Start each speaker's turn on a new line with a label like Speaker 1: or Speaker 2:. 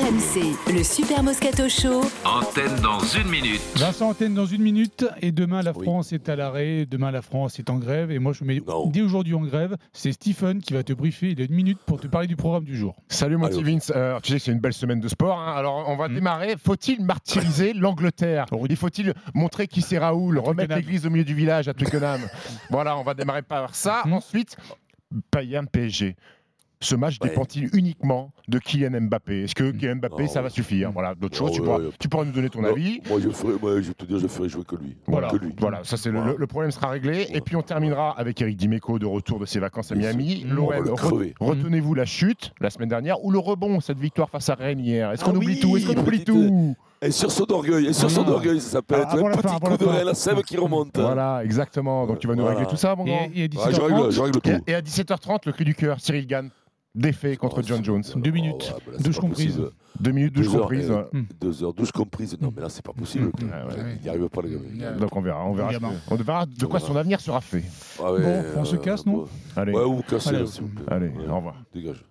Speaker 1: RMC, le Super Moscato Show.
Speaker 2: Antenne dans une minute.
Speaker 3: Vincent Antenne dans une minute. Et demain, la France est à l'arrêt. Demain, la France est en grève. Et moi, je mets
Speaker 4: Non.
Speaker 3: dès aujourd'hui en grève. C'est Stephen qui va te briefer. Il a une minute pour te parler du programme du jour.
Speaker 5: Salut mon
Speaker 4: Allô. Hmm.
Speaker 5: petit Vince. Euh, tu sais que c'est une belle semaine de sport. hein. Alors on va démarrer. Faut-il martyriser l'Angleterre Il faut-il montrer qui c'est Raoul Remettre
Speaker 3: Twickenham.
Speaker 5: l'église au milieu du village à Twickenham Voilà, on va démarrer par ça.
Speaker 4: Hmm.
Speaker 3: Mhm.
Speaker 5: Ensuite, Bayern PSG. Ce match
Speaker 4: Ouais.
Speaker 5: dépend-il uniquement de Kylian Mbappé Est-ce que Kylian Mbappé,
Speaker 4: Ah
Speaker 5: ça va
Speaker 4: ouais.
Speaker 5: suffire Voilà, d'autres
Speaker 4: Ah
Speaker 5: choses, tu,
Speaker 4: ouais,
Speaker 5: pourras,
Speaker 4: ouais.
Speaker 5: tu pourras nous donner ton
Speaker 4: Non,
Speaker 5: avis.
Speaker 4: Moi, je ferai, moi, je vais te dire, je ferai jouer que lui.
Speaker 5: Voilà,
Speaker 4: Que lui.
Speaker 5: voilà, ça c'est le-
Speaker 4: Voilà.
Speaker 5: le, le problème sera réglé. Et puis on terminera avec Eric Dimeco de retour de ses vacances à
Speaker 4: Et
Speaker 5: Miami.
Speaker 3: c'est-
Speaker 5: L'OM,
Speaker 4: on va le
Speaker 5: re-
Speaker 4: crever.
Speaker 5: retenez-vous la chute la semaine dernière ou le rebond, cette victoire face à Rennes hier. Est-ce
Speaker 4: Ah
Speaker 5: qu'on oublie
Speaker 4: oui,
Speaker 5: tout Est-ce qu'on oublie
Speaker 4: petite-
Speaker 5: tout
Speaker 4: Et sur son orgueil, et sur son
Speaker 3: Ah.
Speaker 4: orgueil, ça s'appelle.
Speaker 5: Ah,
Speaker 4: tu
Speaker 5: avant
Speaker 4: vois,
Speaker 5: la
Speaker 4: un
Speaker 5: fin,
Speaker 4: petit
Speaker 5: avant
Speaker 4: coup
Speaker 5: la
Speaker 4: de
Speaker 5: fin.
Speaker 4: réel, la sève qui remonte.
Speaker 5: Voilà, exactement. Donc tu vas nous
Speaker 4: Voilà.
Speaker 5: régler tout ça, mon
Speaker 3: Et,
Speaker 5: grand
Speaker 3: et à
Speaker 4: Ah, je règle,
Speaker 3: 17h30,
Speaker 4: je règle tout.
Speaker 5: et, et à 17h30, le cri du cœur, Cyril Gann, défait contre
Speaker 4: Oh,
Speaker 5: John
Speaker 4: c'est-
Speaker 5: Jones.
Speaker 3: Deux minutes.
Speaker 4: bah là,
Speaker 3: Douche
Speaker 4: c'est pas
Speaker 3: comprise.
Speaker 4: possible.
Speaker 5: Deux minutes douche
Speaker 4: Deux heures,
Speaker 5: comprise.
Speaker 4: et-
Speaker 5: ouais.
Speaker 4: Deux heures, douche comprise. Non, mais là, c'est pas possible.
Speaker 3: Mm.
Speaker 5: Ah ouais.
Speaker 4: Il n'y arrive pas, le gamin.
Speaker 5: Donc on verra, on verra,
Speaker 3: Gamin.
Speaker 5: ce que- on verra de quoi
Speaker 4: Voilà.
Speaker 5: son avenir sera fait.
Speaker 4: Ah ouais,
Speaker 3: Bon, on se casse, non
Speaker 4: ouais.
Speaker 5: Allez,
Speaker 4: Ouais, ou cassez,
Speaker 3: Allez.
Speaker 4: s'il vous plaît.
Speaker 5: allez,
Speaker 4: Ouais,
Speaker 5: au revoir.
Speaker 4: Dégage.